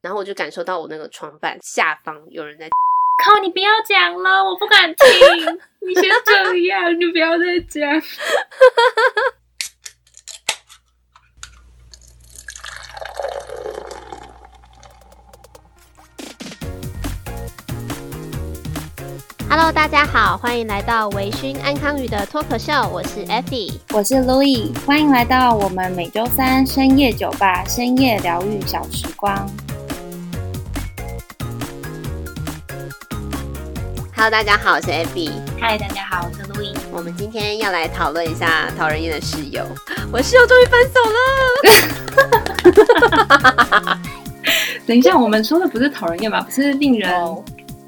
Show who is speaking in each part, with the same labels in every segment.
Speaker 1: 然后我就感受到我那个床板下方有人在，
Speaker 2: 靠，你不要讲了，我不敢听。你先这样，你不要再讲。
Speaker 3: Hello，大家好，欢迎来到维醺安康鱼的脱口秀，我是 Effie。
Speaker 4: 我是 Louis，欢迎来到我们每周三深夜酒吧深夜疗愈小时光。
Speaker 1: Hello，大家好，我是 Abby，
Speaker 2: 嗨，大家好，我是路易。
Speaker 1: 我们今天要来讨论一下讨人厌的室友。我室友终于分手了，
Speaker 5: 等一下，我们说的不是讨人厌吧？不是令人
Speaker 4: 哦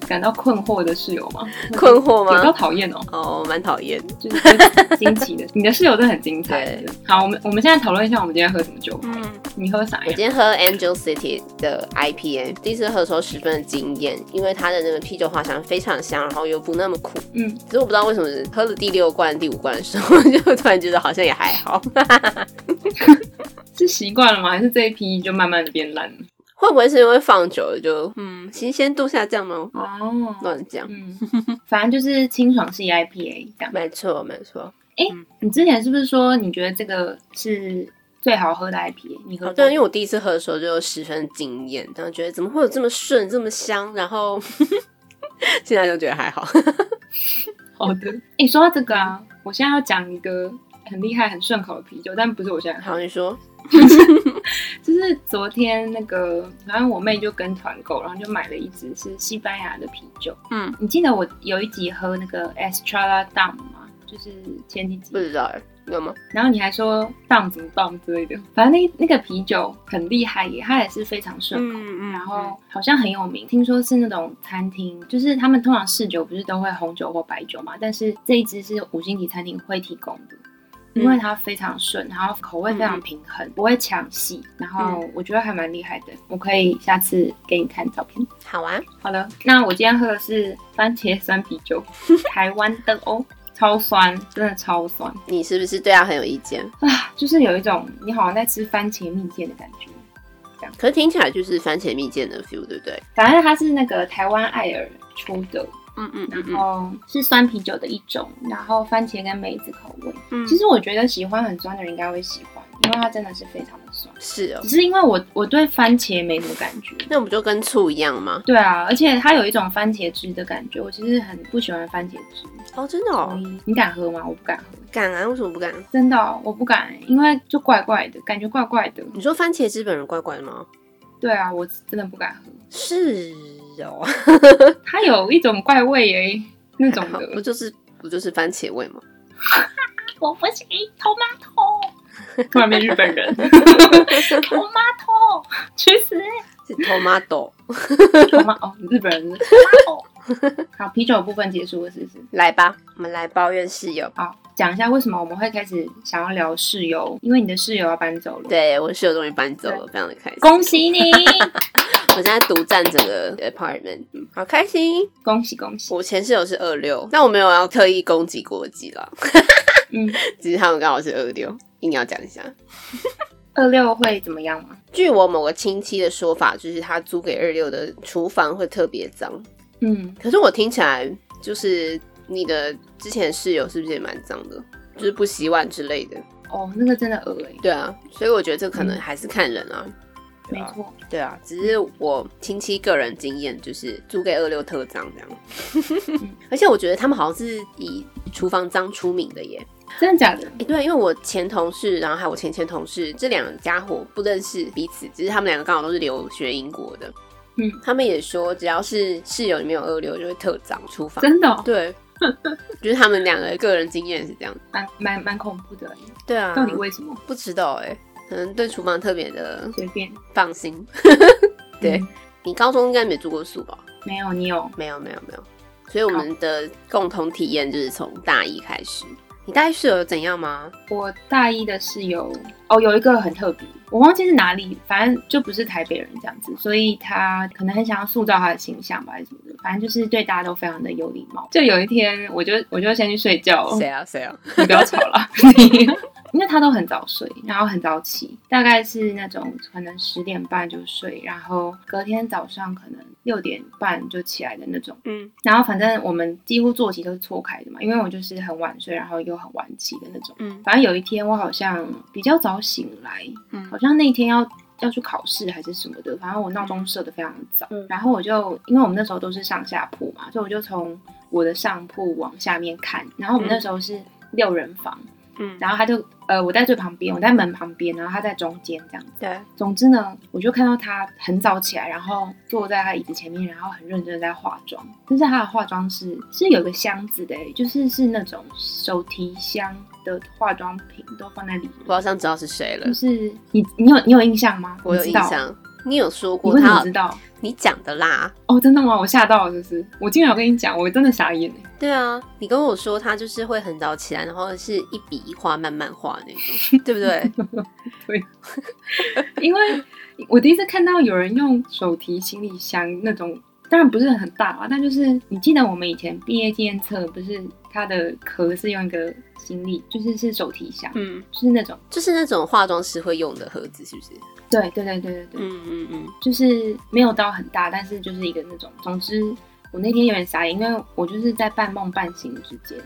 Speaker 5: 感到困惑的室友吗？
Speaker 1: 困惑
Speaker 5: 有到
Speaker 1: 吗？
Speaker 5: 讨厌哦，
Speaker 1: 哦，蛮讨厌。
Speaker 5: 就是 就是惊奇的。你的室友真的很精彩
Speaker 1: 对。
Speaker 5: 好，我们我们现在讨论一下，我们今天喝什么酒？
Speaker 2: 嗯，
Speaker 5: 你喝啥
Speaker 1: 我
Speaker 5: 呀
Speaker 1: 今？天喝 Angel City 的 IPA，第一次喝的时候十分的惊艳，因为它的那个啤酒花香非常香，然后又不那么苦。
Speaker 5: 嗯，
Speaker 1: 只是我不知道为什么喝了第六罐、第五罐的时候， 就突然觉得好像也还好。
Speaker 5: 是习惯了吗？还是这一批就慢慢的变烂了？
Speaker 1: 会不会是因为放久了就嗯新鲜度下降吗？
Speaker 5: 哦，
Speaker 1: 乱讲，
Speaker 5: 嗯，反正就是清爽系 IPA 这样。
Speaker 1: 没错没错。
Speaker 5: 你之前是不是说你觉得这个是最好喝的 IPA？你喝
Speaker 1: 哦
Speaker 5: 过？
Speaker 1: 对，因为我第一次喝的时候就十分惊艳，然后觉得怎么会有这么顺、这么香，然后现在就觉得还好。
Speaker 5: 好的。哎，说到这个啊，我现在要讲一个很厉害、很顺口的啤酒，但不是我现在喝 的。
Speaker 1: 好，你说
Speaker 5: 就是昨天那个，反正我妹就跟团购，然后就买了一支是西班牙的啤酒。
Speaker 1: 嗯，
Speaker 5: 你记得我有一集喝那个 Estrella Dam 吗？就是前几
Speaker 1: 不
Speaker 5: 集，
Speaker 1: 知道哎，有吗？
Speaker 5: 然后你还说 Dam 怎么 Dam 之类的，反正那那个啤酒很厉害耶，它也是非常顺口。
Speaker 1: 嗯
Speaker 5: 然后好像很有名，听说是那种餐厅，就是他们通常试酒不是都会红酒或白酒嘛，但是这一支是五星级餐厅会提供的，因为它非常顺，然后口味非常平衡，不会抢戏，然后我觉得还蛮厉害的，我可以下次给你看照片。
Speaker 1: 好啊，
Speaker 5: 好了，那我今天喝的是番茄酸啤酒，台湾的哦，超酸，真的超酸
Speaker 1: 你是不是对他很有意见？
Speaker 5: 啊，就是有一种你好像在吃番茄蜜饯的感觉。
Speaker 1: 可是听起来就是番茄蜜饯的 feel，对不对？
Speaker 5: 反正它是那个台湾爱尔出的，
Speaker 1: 嗯嗯
Speaker 5: 然后哦是酸啤酒的一种，然后番茄跟梅子口味。
Speaker 1: 嗯
Speaker 5: 其实我觉得喜欢很酸的人应该会喜欢，因为它真的是非常的酸。
Speaker 1: 是哦
Speaker 5: 只。是因为我我对番茄没什么感觉。
Speaker 1: 那我们就跟醋一样吗？
Speaker 5: 对啊，而且它有一种番茄汁的感觉，我其实很不喜欢番茄汁。
Speaker 1: 哦，真的
Speaker 5: 所
Speaker 1: 哦，
Speaker 5: 以你敢喝吗？我不敢喝，
Speaker 1: 敢啊？为什么不敢？
Speaker 5: 真的哦、我不敢，因为就怪怪的感觉，怪怪的。
Speaker 1: 你说番茄汁本人怪怪的吗？
Speaker 5: 对啊，我真的不敢喝，
Speaker 1: 是 哦，
Speaker 5: 它有一种怪味耶、那种
Speaker 1: 好不
Speaker 5: 的，
Speaker 1: 就是不就是番茄味吗？
Speaker 2: 我不行，头妈 头，
Speaker 5: 突然变日 本人，
Speaker 2: 头妈头，去死！
Speaker 1: 是 tomato。
Speaker 5: 好吗？哦，日本人。好，啤酒的部分结束了，是不是？
Speaker 1: 来吧，我们来抱怨室友。
Speaker 5: 好，讲一下为什么我们会开始想要聊室友，因为你的室友要搬走了。，
Speaker 1: 对我室友终于搬走了，非常的开心。
Speaker 5: 恭喜 你，
Speaker 1: 我现在独占整个 apartment，嗯好开心。
Speaker 5: 恭喜恭喜。
Speaker 1: 我前室友是二六，但我没有要特意攻击国籍啦，
Speaker 5: 嗯，
Speaker 1: 只是他们刚好是二六，硬要讲一下。
Speaker 5: 二六会怎么样吗？
Speaker 1: 据我某个亲戚的说法，就是他租给二六的厨房会特别脏，
Speaker 5: 嗯，
Speaker 1: 可是我听起来就是你的之前室友是不是也蛮脏的？就是不洗碗之类的，
Speaker 5: 哦，那个真的恶哎、
Speaker 1: 对啊，所以我觉得这可
Speaker 5: 嗯
Speaker 1: 能还是看人啊，
Speaker 5: 没错。
Speaker 1: 对啊，只是我亲戚个人经验就是租给二六特脏这样， 而且我觉得他们好像是以厨房脏出名的耶。
Speaker 5: 真的假的？
Speaker 1: 哎、对，因为我前同事，然后还有我前前同事，这两个家伙不认识彼此，只是他们两个刚好都是留学英国的，
Speaker 5: 嗯，
Speaker 1: 他们也说只要是室友里面有二六就会特脏厨房，
Speaker 5: 真的、哦，
Speaker 1: 对，就是他们两个个人经验是这样。
Speaker 5: 蛮蛮蛮恐怖的欸、
Speaker 1: 对啊，
Speaker 5: 到底为什么？
Speaker 1: 不知道哎、可能对厨房特别的
Speaker 5: 随便。
Speaker 1: 放 心。对、
Speaker 5: 嗯
Speaker 1: 你高中应该没住过宿吧？
Speaker 5: 没有，你有
Speaker 1: 没有没有没有，所以我们的共同体验就是从大一开始。你大一室友怎样吗？
Speaker 5: 我大一的室友哦，有一个很特别，我忘记是哪里，反正就不是台北人这样子，所以他可能很想要塑造他的形象吧，还是什么的，反正就是对大家都非常的有
Speaker 1: 哦
Speaker 5: 礼貌。就有一天，我就我就先去睡觉了，
Speaker 1: 啊谁啊？
Speaker 5: 你不要吵了。因为他都很早睡，然后很早起，大概是那种可能十点半就睡，然后隔天早上可能六点半就起来的那种。
Speaker 1: 嗯，
Speaker 5: 然后反正我们几乎作息都是错开的嘛，因为我就是很晚睡，然后又很晚起的那种。
Speaker 1: 嗯
Speaker 5: 反正有一天我好像比较早醒来，
Speaker 1: 嗯
Speaker 5: 好像那天要要去考试还是什么的，反正我闹钟设的非常早，
Speaker 1: 嗯
Speaker 5: 然后我就因为我们那时候都是上下铺嘛，所以我就从我的上铺往下面看，然后我们那时候是六人房，
Speaker 1: 嗯，
Speaker 5: 然后他就呃我在最旁边，我在门旁边，然后他在中间这样子。
Speaker 1: 对，啊
Speaker 5: 总之呢，我就看到他很早起来，然后坐在他椅子前面，然后很认真的在化妆。但是他的化妆是是有个箱子的、欸就是是那种手提箱的化妆品都放在里
Speaker 1: 我
Speaker 5: 面。
Speaker 1: 好像知道是谁了
Speaker 5: 就，是你你有你有印象吗？
Speaker 1: 嗯我有
Speaker 5: 你
Speaker 1: 印
Speaker 5: 知道，
Speaker 1: 象，你有说
Speaker 5: 你
Speaker 1: 过
Speaker 5: 为什么
Speaker 1: 他
Speaker 5: 知，道？
Speaker 1: 你讲的啦，
Speaker 5: 哦，真的吗？我吓到了，是不是？我竟然有跟你讲，我真的傻眼、欸、
Speaker 1: 对啊，你跟我说他就是会很早起来，然后是一笔一画慢慢画那种， 对不对？
Speaker 5: 因为我第一次看到有人用手提行李箱那种，当然不是很大啊，但就是你记得我们以前毕业纪念册不是它的壳是用一个行李，就是是手提箱，
Speaker 1: 嗯，
Speaker 5: 就是那种，
Speaker 1: 就是那种化妆师会用的盒子，是不是？
Speaker 5: 对对对对对对，
Speaker 1: 嗯嗯嗯，
Speaker 5: 就是没有到很大，但是就是一个那种，总之。我那天有点傻眼，因为我就是在半梦半醒之间，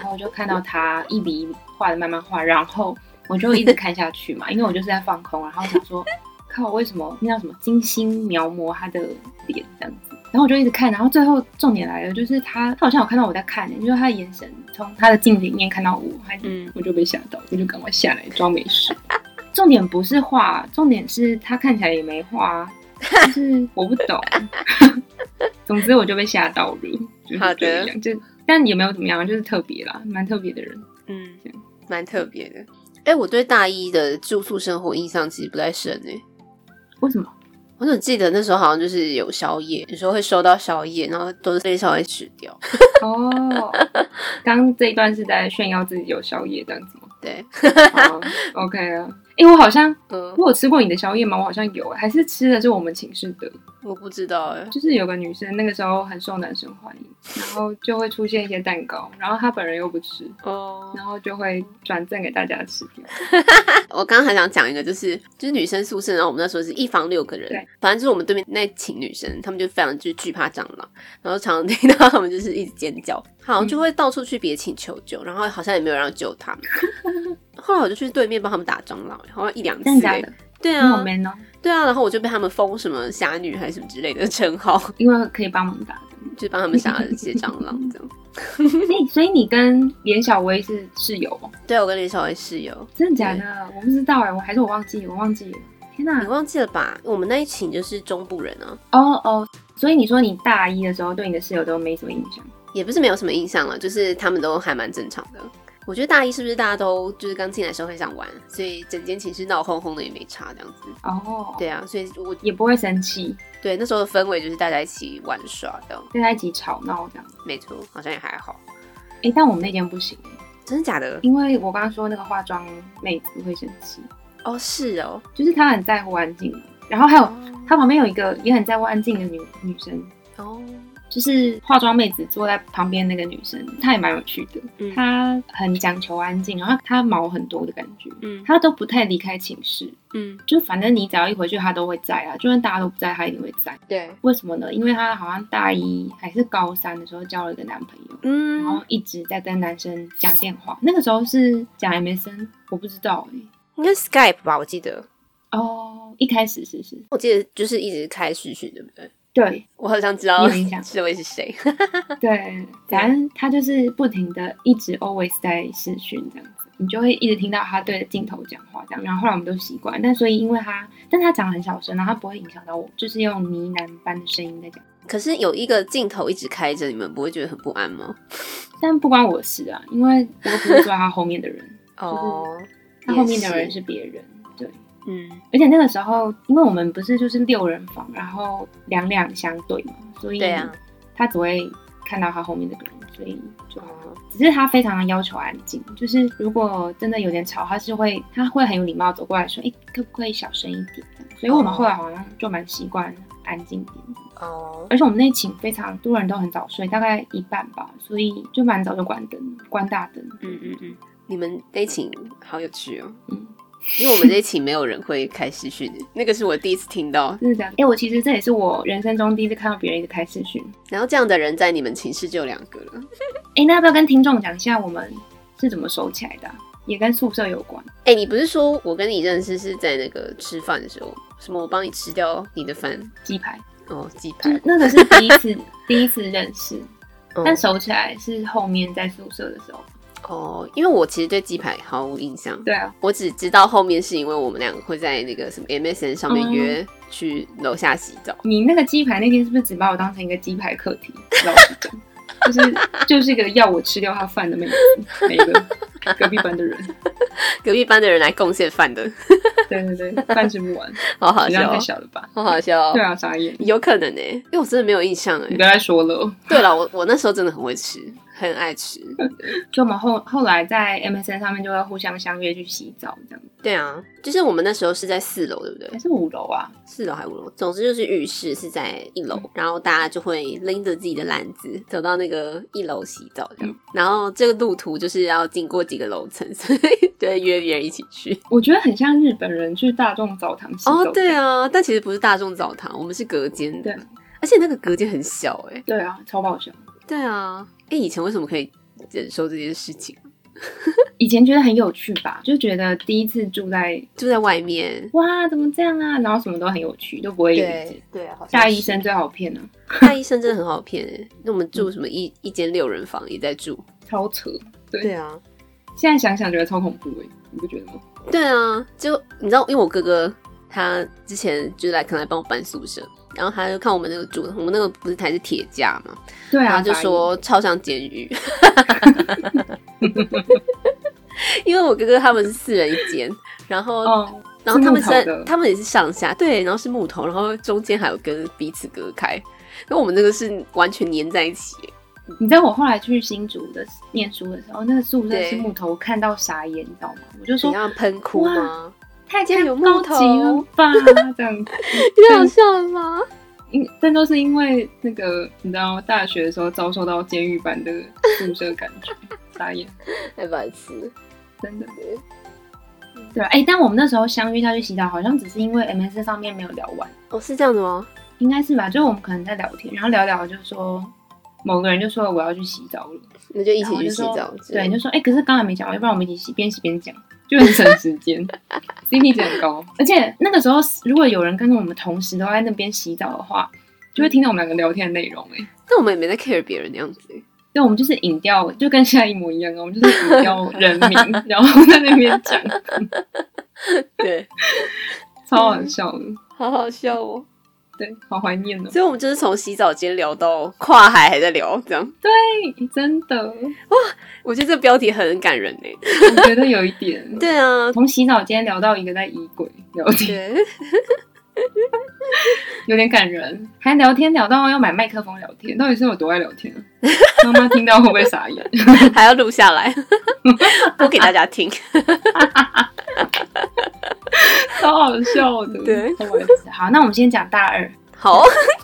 Speaker 5: 然后就看到他一笔一笔画的慢慢画，然后我就一直看下去嘛，因为我就是在放空，然后想说，靠，为什么那叫什么精心描摹他的脸这样子？然后我就一直看，然后最后重点来了，就是他，他好像有看到我在看、就是他的眼神从他的镜子里面看到我，还
Speaker 1: 嗯
Speaker 5: 我就被吓到，我就赶快下来装没事。 重点不是画，重点是他看起来也没画啊，就是 我不懂。总之我就被吓到了，就是
Speaker 1: 好的
Speaker 5: 这样，就但也没有怎么样，就是特别啦，蛮特别的人。
Speaker 1: 嗯，蛮特别的。哎、我对大一的住宿生活印象其实不太深诶、
Speaker 5: 为 什么？
Speaker 1: 我只记得那时候好像就是有宵夜，有时候会收到宵夜，然后都是被宵夜吃掉。
Speaker 5: 哦，刚刚这一段是在炫耀自己有宵夜这样子吗？
Speaker 1: 对，
Speaker 5: 哦 OK 啊，因为我好像
Speaker 1: 嗯，
Speaker 5: 我有吃过你的宵夜吗？我好像有，还是吃的是我们寝室的，
Speaker 1: 我不知道哎、
Speaker 5: 就是有个女生那个时候很受男生欢迎，然后就会出现一些蛋糕，然后她本人又不吃，
Speaker 1: 哦
Speaker 5: 然后就会转赠给大家吃掉。
Speaker 1: 我刚刚还想讲一个，就是就是女生宿舍，然后我们那时候是一房六个人
Speaker 5: 对，
Speaker 1: 反正就是我们对面那群女生，她们就非常就是惧怕蟑螂，然后常常听到她们就是一直尖叫，好像就会到处去别请求救，然后好像也没有人要救她们。后来我就去对面帮他们打蟑螂，然后一两次、
Speaker 5: 真的假
Speaker 1: 欸
Speaker 5: 的？，
Speaker 1: 对
Speaker 5: 你有
Speaker 1: 啊，
Speaker 5: man 哦，
Speaker 1: 对啊，然后我就被他们封什么侠女还是什么之类的称号，
Speaker 5: 因为可以帮忙打 的。
Speaker 1: 就帮他们杀了一些蟑螂这样。
Speaker 5: 所以，所以你跟连小薇是室友哦？
Speaker 1: 对，我跟林小薇室友，
Speaker 5: 真的假的？我不知道哎，我还是我忘记，我忘记了。天哪
Speaker 1: 你！忘记了吧？我们那一群就是中部人啊，
Speaker 5: 哦哦，所以你说你大一的时候对你的室友都没什么印象？
Speaker 1: 也不是没有什么印象了，就是他们都还蛮正常的。我觉得大一是不是大家都就是刚进来的时候很想玩，所以整间寝室闹哄哄的也没差这样子。
Speaker 5: 哦，，
Speaker 1: 对啊，所以我
Speaker 5: 也不会生气，
Speaker 1: 对那时候的氛围就是大家一起玩耍这样，
Speaker 5: 跟他一起吵闹这样。
Speaker 1: 没错，好像也还好。
Speaker 5: 哎、但我们那间不行欸、
Speaker 1: 真的假的？
Speaker 5: 因为我刚刚说那个化妆妹子会生气，
Speaker 1: 哦，是哦，
Speaker 5: 就是她很在乎安静，然后还有她旁边有一个也很在乎安静的女女生，
Speaker 1: 哦，
Speaker 5: 就是化妆妹子坐在旁边那个女生，她也蛮有趣的，
Speaker 1: 嗯
Speaker 5: 她很讲求安静，然后她毛很多的感觉，
Speaker 1: 嗯
Speaker 5: 她都不太离开寝室，
Speaker 1: 嗯，
Speaker 5: 就反正你只要一回去，她都会在啊，就算大家都不在，她一定会在。
Speaker 1: 对，
Speaker 5: 为什么呢？因为她好像大一还是高三的时候交了一个男朋友。
Speaker 1: 嗯
Speaker 5: 然后，一直在跟男生讲电话，那个时候是讲 MSN，我不知道哎、
Speaker 1: 应该 Skype 吧，我记得，
Speaker 5: 哦，一开始是是，
Speaker 1: 我记得就是一直开视讯，对不对？
Speaker 5: 对
Speaker 1: 我好像知道
Speaker 5: 你有印象
Speaker 1: 这位是谁，
Speaker 5: 对，反正他就是不停的一直 always 在视讯这样子，你就会一直听到他对着镜头讲话这样。然后后来我们都习惯，但所以因为他，但他讲得很小声，然后他不会影响到我，就是用呢喃般的声音在讲。
Speaker 1: 可是有一个镜头一直开着，你们不会觉得很不安吗？
Speaker 5: 但不关我的事啊，因为我又不是坐在他后面 的人，
Speaker 1: 哦，
Speaker 5: 他后面的
Speaker 1: 也
Speaker 5: 人
Speaker 1: 是
Speaker 5: 是别人，对。
Speaker 1: 嗯。
Speaker 5: 而且那个时候，因为我们不是就是六人房，然后两两相对嘛，所以
Speaker 1: 对啊
Speaker 5: 他只会看到他后面那个人，所以就还好
Speaker 1: 哦
Speaker 5: 只是他非常的要求安静，就是如果真的有点吵，他是会他会很有礼貌走过来说，哎、可不可以小声一点？这样所以我们
Speaker 1: 哦
Speaker 5: 后来好像就蛮习惯安静一点。
Speaker 1: 哦，
Speaker 5: 而且我们那寝非常多人都很早睡，大概一半吧，所以就蛮早就关灯了，关大灯。
Speaker 1: 嗯嗯嗯，你们这一群好有趣哦。
Speaker 5: 嗯
Speaker 1: 因为我们这一群没有人会开视讯的，那个是我第一次听到。
Speaker 5: 真的假的？哎、我其实这也是我人生中第一次看到别人一个开视讯。
Speaker 1: 然后这样的人在你们寝室就两个了。
Speaker 5: 哎、那要不要跟听众讲一下我们是怎么熟起来的啊、也跟宿舍有关。
Speaker 1: 哎、你不是说我跟你认识是在那个吃饭的时候，什么我帮你吃掉你的饭
Speaker 5: 鸡排，
Speaker 1: 哦，鸡
Speaker 5: 就
Speaker 1: 排
Speaker 5: 是，那个是第一 次第一次认识，
Speaker 1: 嗯
Speaker 5: 但熟起来是后面在宿舍的时候。
Speaker 1: 哦，因为我其实对鸡排毫无印象，
Speaker 5: 对啊，
Speaker 1: 我只知道后面是因为我们两个会在那个什么 MSN 上面
Speaker 5: 嗯
Speaker 1: 约去楼下洗澡。
Speaker 5: 你那个鸡排那天是不是只把我当成一个鸡排课题？老实 讲，就是就是一个要我吃掉他饭的妹子，每一个隔壁班的人。
Speaker 1: 隔壁班的人来贡献饭的，
Speaker 5: 对对对，饭吃不完，
Speaker 1: 好好
Speaker 5: 你这样
Speaker 1: 笑
Speaker 5: 太
Speaker 1: 哦，
Speaker 5: 小了吧？
Speaker 1: 好好笑哦。
Speaker 5: 对啊，傻眼。
Speaker 1: 有可能呢、欸因为我真的没有印象哎、
Speaker 5: 你不要再说了。
Speaker 1: 对了，我我那时候真的很会吃，很爱 吃。
Speaker 5: 就我们后后来在 MSN 上面就会互相相约去洗澡，这样子
Speaker 1: 对啊，就是我们那时候是在四楼，对不对
Speaker 5: 还？是五楼啊？
Speaker 1: 四楼还五楼，总之就是浴室是在一
Speaker 5: 嗯
Speaker 1: 楼，然后大家就会拎着自己的篮子走到那个一楼洗澡这样。
Speaker 5: 嗯
Speaker 1: 然后这个路途就是要经过几个楼层， 所以就会约别人一起去。
Speaker 5: 我觉得很像日本人去大众澡堂洗澡。
Speaker 1: 哦，对啊，但其实不是大众澡堂，我们是隔间的
Speaker 5: 对，
Speaker 1: 而且那个隔间很小哎、
Speaker 5: 对啊，超爆笑。
Speaker 1: 对啊，哎、以前为什么可以忍受这件事情？
Speaker 5: 以前觉得很有趣吧，就觉得第一次住在
Speaker 1: 就在外面。
Speaker 5: 哇怎么这样啊，然后什么都很有趣，都不会有意见。
Speaker 1: 对，啊好
Speaker 5: 大医生最好骗啊，
Speaker 1: 大医生真的很好骗哎。那我们住什么一一间六人房也在住。
Speaker 5: 超扯。
Speaker 1: 对啊，
Speaker 5: 现在想想觉得超恐怖哎、你不觉得吗？
Speaker 1: 对啊，就你知道，因为我哥哥他之前就来可能来帮我搬宿舍，然后他就看我们那个住，我们那个不是还是铁架嘛，
Speaker 5: 对
Speaker 1: 然
Speaker 5: 啊，
Speaker 1: 后就
Speaker 5: 傻眼
Speaker 1: 说超像监 狱。 因为我哥哥他们是四人一间，然后、
Speaker 5: 哦，
Speaker 1: 然后他们
Speaker 5: 是木头
Speaker 1: 三
Speaker 5: 的
Speaker 1: 他们也是上下对，然后是木头，然后中间还有跟彼此隔开，那我们那个是完全粘在一起耶。
Speaker 5: 你知道我后来去新竹的念书的时候，那个宿舍
Speaker 1: 对
Speaker 5: 是木头，看到傻眼，你知道吗？我就
Speaker 1: 你
Speaker 5: 说
Speaker 1: 要喷哭吗？
Speaker 5: 太
Speaker 1: 竟然有木
Speaker 5: 高级了
Speaker 1: 头啊
Speaker 5: 吧，这 样子。
Speaker 1: 你好笑了 吗？
Speaker 5: 因但都是因为那个，你知道，大学的时候遭受到监狱般的宿舍感觉， 傻眼，
Speaker 1: 太白痴。
Speaker 5: 真的。对啊，哎、但我们那时候相遇下去洗澡，好像只是因为 MS 上面没有聊完，
Speaker 1: 哦，是这样的吗？
Speaker 5: 应该是吧？就是我们可能在聊天，然后聊聊就说某个人就说我要去洗澡了，
Speaker 1: 那就一
Speaker 5: 一
Speaker 1: 起去洗澡之类
Speaker 5: 对，
Speaker 1: 的。
Speaker 5: 就说哎、可是刚才没讲完，要不然我们一起洗，边洗边讲，就很省时间，CP 值 很高。而且那个时候，如果有人跟我们同时都在那边洗澡的话，就会听到我们两个聊天的内容、哎。
Speaker 1: 但我们也没在 care 别人的样子耶。
Speaker 5: 对，我们就是引掉，就跟现在一模一样啊，我们就是引掉人名， 然后在那边讲，
Speaker 1: 对，
Speaker 5: 超好笑的。
Speaker 1: 好好笑哦。
Speaker 5: 对，好怀念哦。
Speaker 1: 所以我们就是从洗澡间聊到跨海还在聊，这样。
Speaker 5: 对，真 的，
Speaker 1: 我觉得这标题很感人呢。
Speaker 5: 我觉得有一点。，
Speaker 1: 对啊，
Speaker 5: 从洗澡间聊到一个在衣柜聊天，
Speaker 1: 对，
Speaker 5: 有点感人，还聊天聊到要买麦克风聊天，到底是有多爱聊天啊？妈妈听到会不会傻眼？
Speaker 1: 还要录下来， 播给大家听。
Speaker 5: 超好笑的。
Speaker 1: 对
Speaker 5: 超白痴好，那我们先讲大二，
Speaker 1: 好，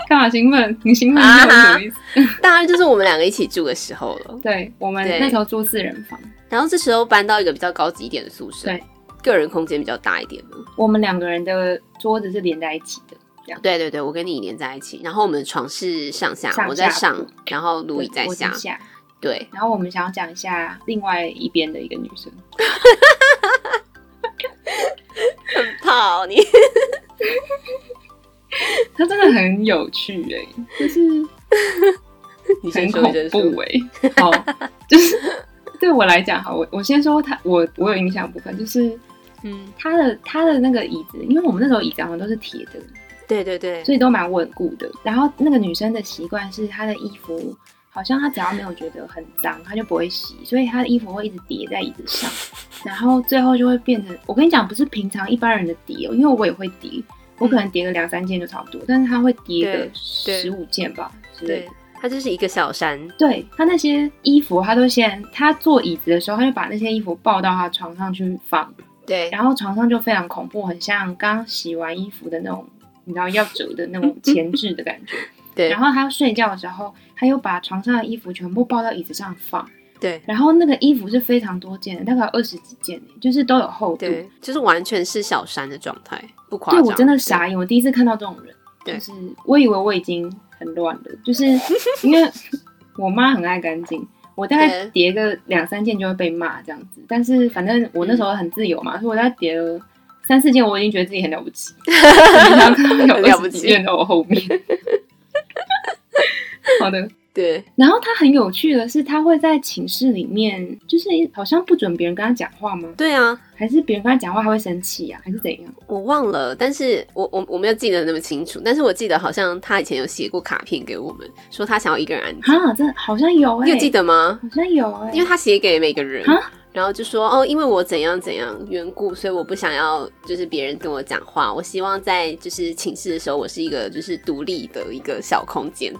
Speaker 5: 干嘛兴奋？你兴奋一下是什么意思？
Speaker 1: 啊大概就是我们两个一起住的时候了。
Speaker 5: 对我们
Speaker 1: 对
Speaker 5: 那时候住四人房，
Speaker 1: 然后这时候搬到一个比较高级一点的宿舍，
Speaker 5: 对，
Speaker 1: 个人空间比较大一点的。
Speaker 5: 我们两个人的桌子是连在一起的。
Speaker 1: 对对对，我跟你连在一起，然后我们的床是上下，
Speaker 5: 上
Speaker 1: 我在
Speaker 5: 下
Speaker 1: 上
Speaker 5: 铺，
Speaker 1: 然后卢
Speaker 5: 对
Speaker 1: 以在
Speaker 5: 我
Speaker 1: 下。
Speaker 5: 下。
Speaker 1: 对，
Speaker 5: 然后我们想要讲一下另外一边的一个女生，
Speaker 1: 很怕哦你。
Speaker 5: 她真的很有趣哎、
Speaker 1: 你
Speaker 5: 很
Speaker 1: 先说，
Speaker 5: 恐
Speaker 1: 你先说。
Speaker 5: 怖哎、好，就是对我来讲，好，我我先说她，我我有影响部分，就是
Speaker 1: 嗯，
Speaker 5: 她的她的那个椅子，因为我们那时候椅子好像都是铁的，
Speaker 1: 对对对，
Speaker 5: 所以都蛮稳固的。然后那个女生的习惯是她的衣服。好像她只要没有觉得很脏，她就不会洗，所以她的衣服会一直叠在椅 子上，然后最后就会变成，我跟你讲，不是平常一般人的叠哦，因为我也会叠，我可能叠个两三件就差不多，但是她会叠个
Speaker 1: 嗯对
Speaker 5: 十五件吧之类
Speaker 1: 对
Speaker 5: 的。，
Speaker 1: 它就是一个小山，
Speaker 5: 对她那些衣服，她都先，她坐椅子的时候，她就把那些衣服抱到她床上去放，
Speaker 1: 对，
Speaker 5: 然后床上就非常恐怖，很像刚洗完衣服的那种，你知道要折的那种前置的感觉。
Speaker 1: 对，
Speaker 5: 然后他睡觉的时候，他又把床上的衣服全部抱到椅子上放，
Speaker 1: 对
Speaker 5: 然后那个衣服是非常多件的，大概有二十几件耶，就是都有厚度。
Speaker 1: 对，就是完全是小山的状态，不夸
Speaker 5: 嗯对
Speaker 1: 张。
Speaker 5: 我真的傻眼，我第一次看到这种人，
Speaker 1: 对
Speaker 5: 就是我以为我已经很乱了，就是 因为我妈很爱干净，我大概
Speaker 1: 对
Speaker 5: 叠个两三件就会被骂这样子，但是反正我那时候很自由
Speaker 1: 嗯
Speaker 5: 嘛，所以我大概叠了。三四件我已经觉得自己很了不 起，然后看到有
Speaker 1: 很了
Speaker 5: 二
Speaker 1: 不
Speaker 5: 十
Speaker 1: 起
Speaker 5: 几件在我后面。 好的，
Speaker 1: 对，
Speaker 5: 然后他很有趣的是，他会在寝室里面，就是好像不准别人跟他讲话吗？
Speaker 1: 对啊，
Speaker 5: 还是别人跟他讲话他会生气啊？还是怎样？
Speaker 1: 我忘了，但是我我我没有记得那么清楚，但是我记得好像他以前有写过卡片给我们，说他想要一个人安 静，
Speaker 5: 哈，这好像有哎、
Speaker 1: 你有记得吗？
Speaker 5: 好像有哎、
Speaker 1: 因为他写给每个人
Speaker 5: 啊，
Speaker 1: 然后就说哦，因为我怎样怎样缘故，所以我不想要就是别人跟我讲话，我希望在就是寝室的时候，我是一个就是独立的一个小空间，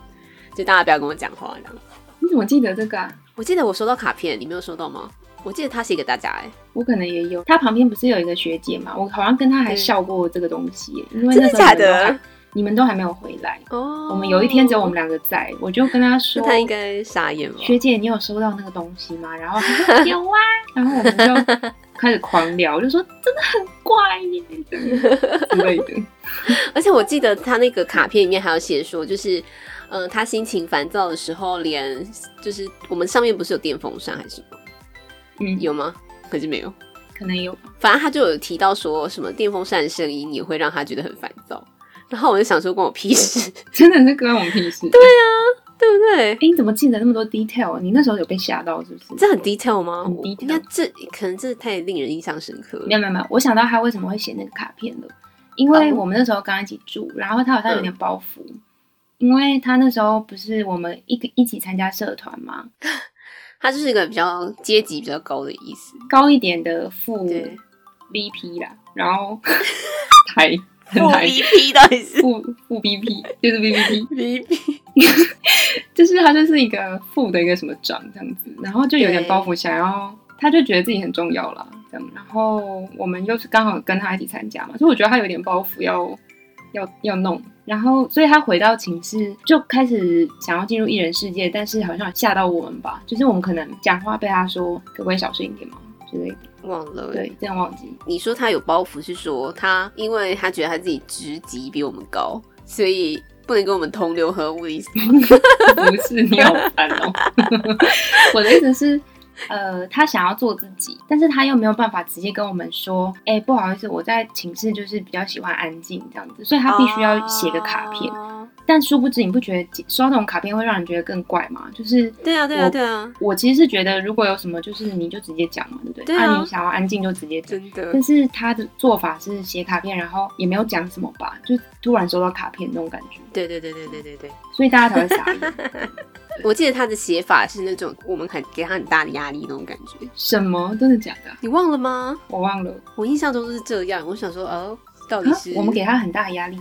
Speaker 1: 就大家不要跟我讲话这样。
Speaker 5: 你怎么记得这个啊？
Speaker 1: 我记得我收到卡片，你没有收到吗？我记得他写给大家、欸，
Speaker 5: 我可能也有。他旁边不是有一个学姐嘛？我好像跟她还
Speaker 1: 对
Speaker 5: 笑过这个东西耶、因为
Speaker 1: 真
Speaker 5: 那
Speaker 1: 的
Speaker 5: 时候
Speaker 1: 假
Speaker 5: 你们都
Speaker 1: 的
Speaker 5: 还？你们都还没有回来。
Speaker 1: 哦，
Speaker 5: 我们有一天只有我们，两个在，我就跟她说
Speaker 1: 那。他应该傻眼吧？
Speaker 5: 学姐，你有收到那个东西吗？然后她说 有啊，然后我们就开始狂聊，我就说真的很怪耶，这样之类的。
Speaker 1: 而且我记得他那个卡片里面还有写说，就是，嗯、他心情烦躁的时候，连就是我们上面不是有电风扇还是什么？
Speaker 5: 嗯，
Speaker 1: 有吗？可是没有。
Speaker 5: 可能有。
Speaker 1: 反正他就有提到说什么电风扇的声音也会让他觉得很烦躁。然后我就想说，关我屁事，
Speaker 5: 真的是关我们屁事。对，
Speaker 1: 对不对？
Speaker 5: 哎，你怎么记得那么多 detail？你那时候有被吓到是不是？
Speaker 1: 这很 detail 吗？
Speaker 5: 很
Speaker 1: 我
Speaker 5: detail
Speaker 1: 应该这可能这太令人印象深刻了。
Speaker 5: 没有没有没有，我想到他为什么会写那个卡片了，因为
Speaker 1: 哦
Speaker 5: 我们那时候刚一起住，然后他好像有
Speaker 1: 嗯
Speaker 5: 点包袱，因为他那时候不是我们一个一起参加社团嘛，
Speaker 1: 他就是一个比较阶级比较高的意思。
Speaker 5: 高一点的副
Speaker 1: 对
Speaker 5: VP 啦，然后 台很台
Speaker 1: VP 哦到底 是
Speaker 5: 副副 BP 就是 VVP，
Speaker 1: VP？
Speaker 5: 就是他就是一个副的一个什么长这样子，然后就有点包袱，想要他就觉得自己很重要啦，这样。然后我们又是刚好跟他一起参加嘛，所以我觉得他有点包袱要要要弄。然后，所以他回到寝室就开始想要进入艺人世界，但是好像吓到我们吧，就是我们可能讲话被他说可不可以小声一点嘛之类的，
Speaker 1: 忘了。欸
Speaker 5: 对，，这样忘记。
Speaker 1: 你说他有包袱，是说他因为他觉得他自己职级比我们高，所以不能跟我们同流合污的意思吗。
Speaker 5: 不是你好烦哦。 我的意思是，呃，他想要做自己，但是他又没有办法直接跟我们说，哎、不好意思，我在寝室就是比较喜欢安静这样子，所以他必须要写个卡片。
Speaker 1: 哦
Speaker 5: 但殊不知，你不觉得收到这种卡片会让人觉得更怪吗？就是
Speaker 1: 对啊，对啊，
Speaker 5: 我
Speaker 1: 对啊，
Speaker 5: 我其实是觉得，如果有什么，就是你就直接讲嘛，对不对？
Speaker 1: 对啊
Speaker 5: 你想要安静就直接讲。
Speaker 1: 真的
Speaker 5: 但是他的做法是写卡片，然后也没有讲什么吧，就突然收到卡片那种感觉，
Speaker 1: 对对对对对对对，
Speaker 5: 所以大家才会傻眼。
Speaker 1: 我记得他的写法是那种我们很给他很大的压力那种感觉，
Speaker 5: 什么？真的假的啊？
Speaker 1: 你忘了吗？
Speaker 5: 我忘了。
Speaker 1: 我印象中是这样，我想说哦，到底
Speaker 5: 啊
Speaker 1: 是、
Speaker 5: 我们给他很大的压力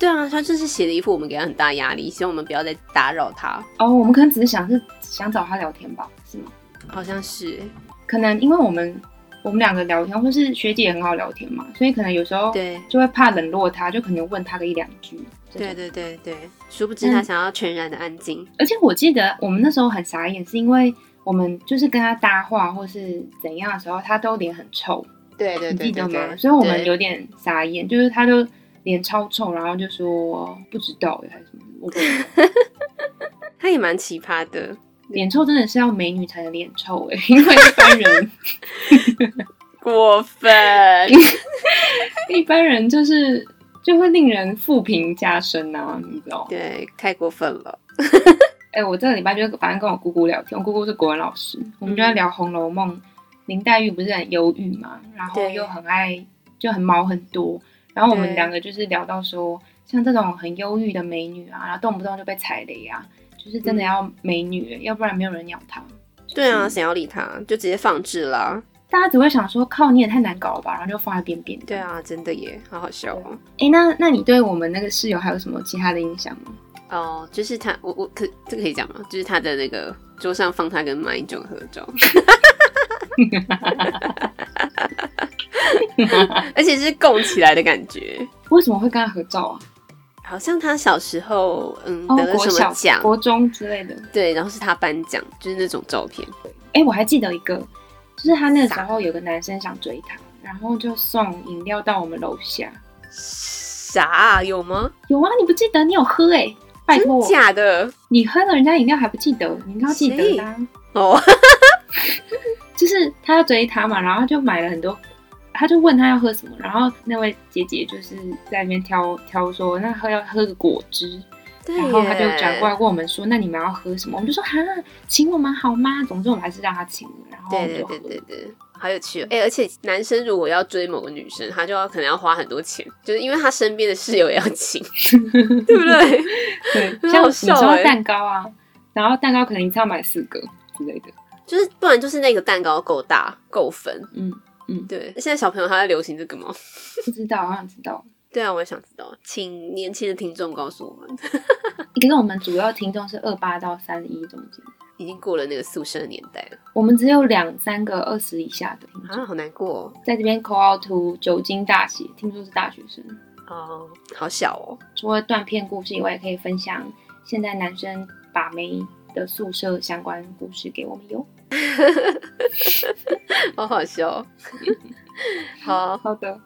Speaker 1: 对啊，他就是写了一副我们给他很大压力，希望我们不要再打扰他，
Speaker 5: 哦，我们可能只是想是想找他聊天吧，是吗？
Speaker 1: 好像是
Speaker 5: 可能因为我们我们两个聊天，或是学姐也很好聊天嘛，所以可能有时候
Speaker 1: 对
Speaker 5: 就会怕冷落他，就可能问他个一两句。这
Speaker 1: 对
Speaker 5: 种，
Speaker 1: 对对对，殊不知他想要全然的安静，
Speaker 5: 而且我记得我们那时候很傻眼，是因为我们就是跟他搭话或是怎样的时候，他都脸很臭，
Speaker 1: 对对
Speaker 5: 你
Speaker 1: 对
Speaker 5: 记
Speaker 1: 对
Speaker 5: 得
Speaker 1: 对，
Speaker 5: 吗？所以我
Speaker 1: 对
Speaker 5: 们有点傻眼，就是他就脸超臭，然后就说不知道欸耶还是什么，我不知道
Speaker 1: 他也蛮奇葩的，
Speaker 5: 脸臭真的是要美女才能脸臭哎，因为一般人。
Speaker 1: 过 分。
Speaker 5: 一般人就是就会令人负评加深啊，你知道？
Speaker 1: 对，太过分了。
Speaker 5: 哎、我这个礼拜就反正跟我姑姑聊天，我姑姑是国文老师，我们就
Speaker 1: 嗯
Speaker 5: 在聊《红楼梦》，林黛玉不是很忧郁嘛，然后
Speaker 1: 对
Speaker 5: 又很爱就很毛很多，然后我们
Speaker 1: 对
Speaker 5: 两个就是聊到说，像这种很忧郁的美女啊，然后动不动就被踩雷啊，就是真的
Speaker 1: 嗯
Speaker 5: 要美女、要不然没有人鸟她。
Speaker 1: 对啊，谁要理他？就直接放置啦。
Speaker 5: 大家只会想说，靠，你也太难搞了吧，然后就放在边边。
Speaker 1: 对，啊，真的耶，好好笑哦。
Speaker 5: 哎、那那你对我们那个室友还有什么其他的印象吗？
Speaker 1: 哦，就是他，我我可这个可以讲吗？就是他的那个桌上放他跟马英九的合 照，而且是供起来的感觉。
Speaker 5: 为什么会跟他合照啊？
Speaker 1: 好像他小时候嗯
Speaker 5: 哦
Speaker 1: 得，了
Speaker 5: 国
Speaker 1: 什么
Speaker 5: 小、
Speaker 1: 奖，
Speaker 5: 国中之类的。
Speaker 1: 对，然后是他颁奖，就是那种照片，
Speaker 5: 哎、我还记得一个，就是他那个时候有个男生想追她，然后就送饮料到我们楼下。
Speaker 1: 啥啊有吗？
Speaker 5: 有啊，你不记得？你有喝哎、拜托，
Speaker 1: 真假的
Speaker 5: 你喝了人家饮料还不记得？你应该要记得
Speaker 1: 谁
Speaker 5: 啦、
Speaker 1: 哦，
Speaker 5: 就是他要追她嘛，然后他就买了很多，他就问他要喝什么，然后那位姐姐就是在那边挑挑说，那喝要喝个果汁，
Speaker 1: 对
Speaker 5: 然后他就
Speaker 1: 耶
Speaker 5: 转过来问我们说，那你们要喝什么？我们就说哈，请我们好吗？总之我们还是让他请了，然后我
Speaker 1: 对对
Speaker 5: 们哦就喝
Speaker 1: 对对对，好有趣哦！哎、而且男生如果要追某个女生，他就要可能要花很多钱，就是因为他身边的室友也要 请，对不对？
Speaker 5: 对，
Speaker 1: 很
Speaker 5: 像
Speaker 1: 好
Speaker 5: 你
Speaker 1: 笑
Speaker 5: 说
Speaker 1: 欸
Speaker 5: 到蛋糕啊，然后蛋糕可能一次要买四个之类的，
Speaker 1: 就是不然就是那个蛋糕够大够分。
Speaker 5: 嗯，
Speaker 1: 对，现在小朋友他在流行这个吗？
Speaker 5: 不知道，好想知道。
Speaker 1: 对啊，我也想知道，请年轻的听众告诉我们，
Speaker 5: 可是我们主要听众是二八到三一中间，
Speaker 1: 已经过了那个宿舍的年代了
Speaker 5: 我们只有两三个二十以下的听众。
Speaker 1: 啊，好难过哦
Speaker 5: 在这边 call out to 酒精大写，听说是大学生。
Speaker 1: 哦，好小哦，
Speaker 5: 除了断片故事以外，也可以分享现在男生把妹的宿舍相关故事给我们哟。
Speaker 1: 好好笑哦。 好，
Speaker 5: 好的，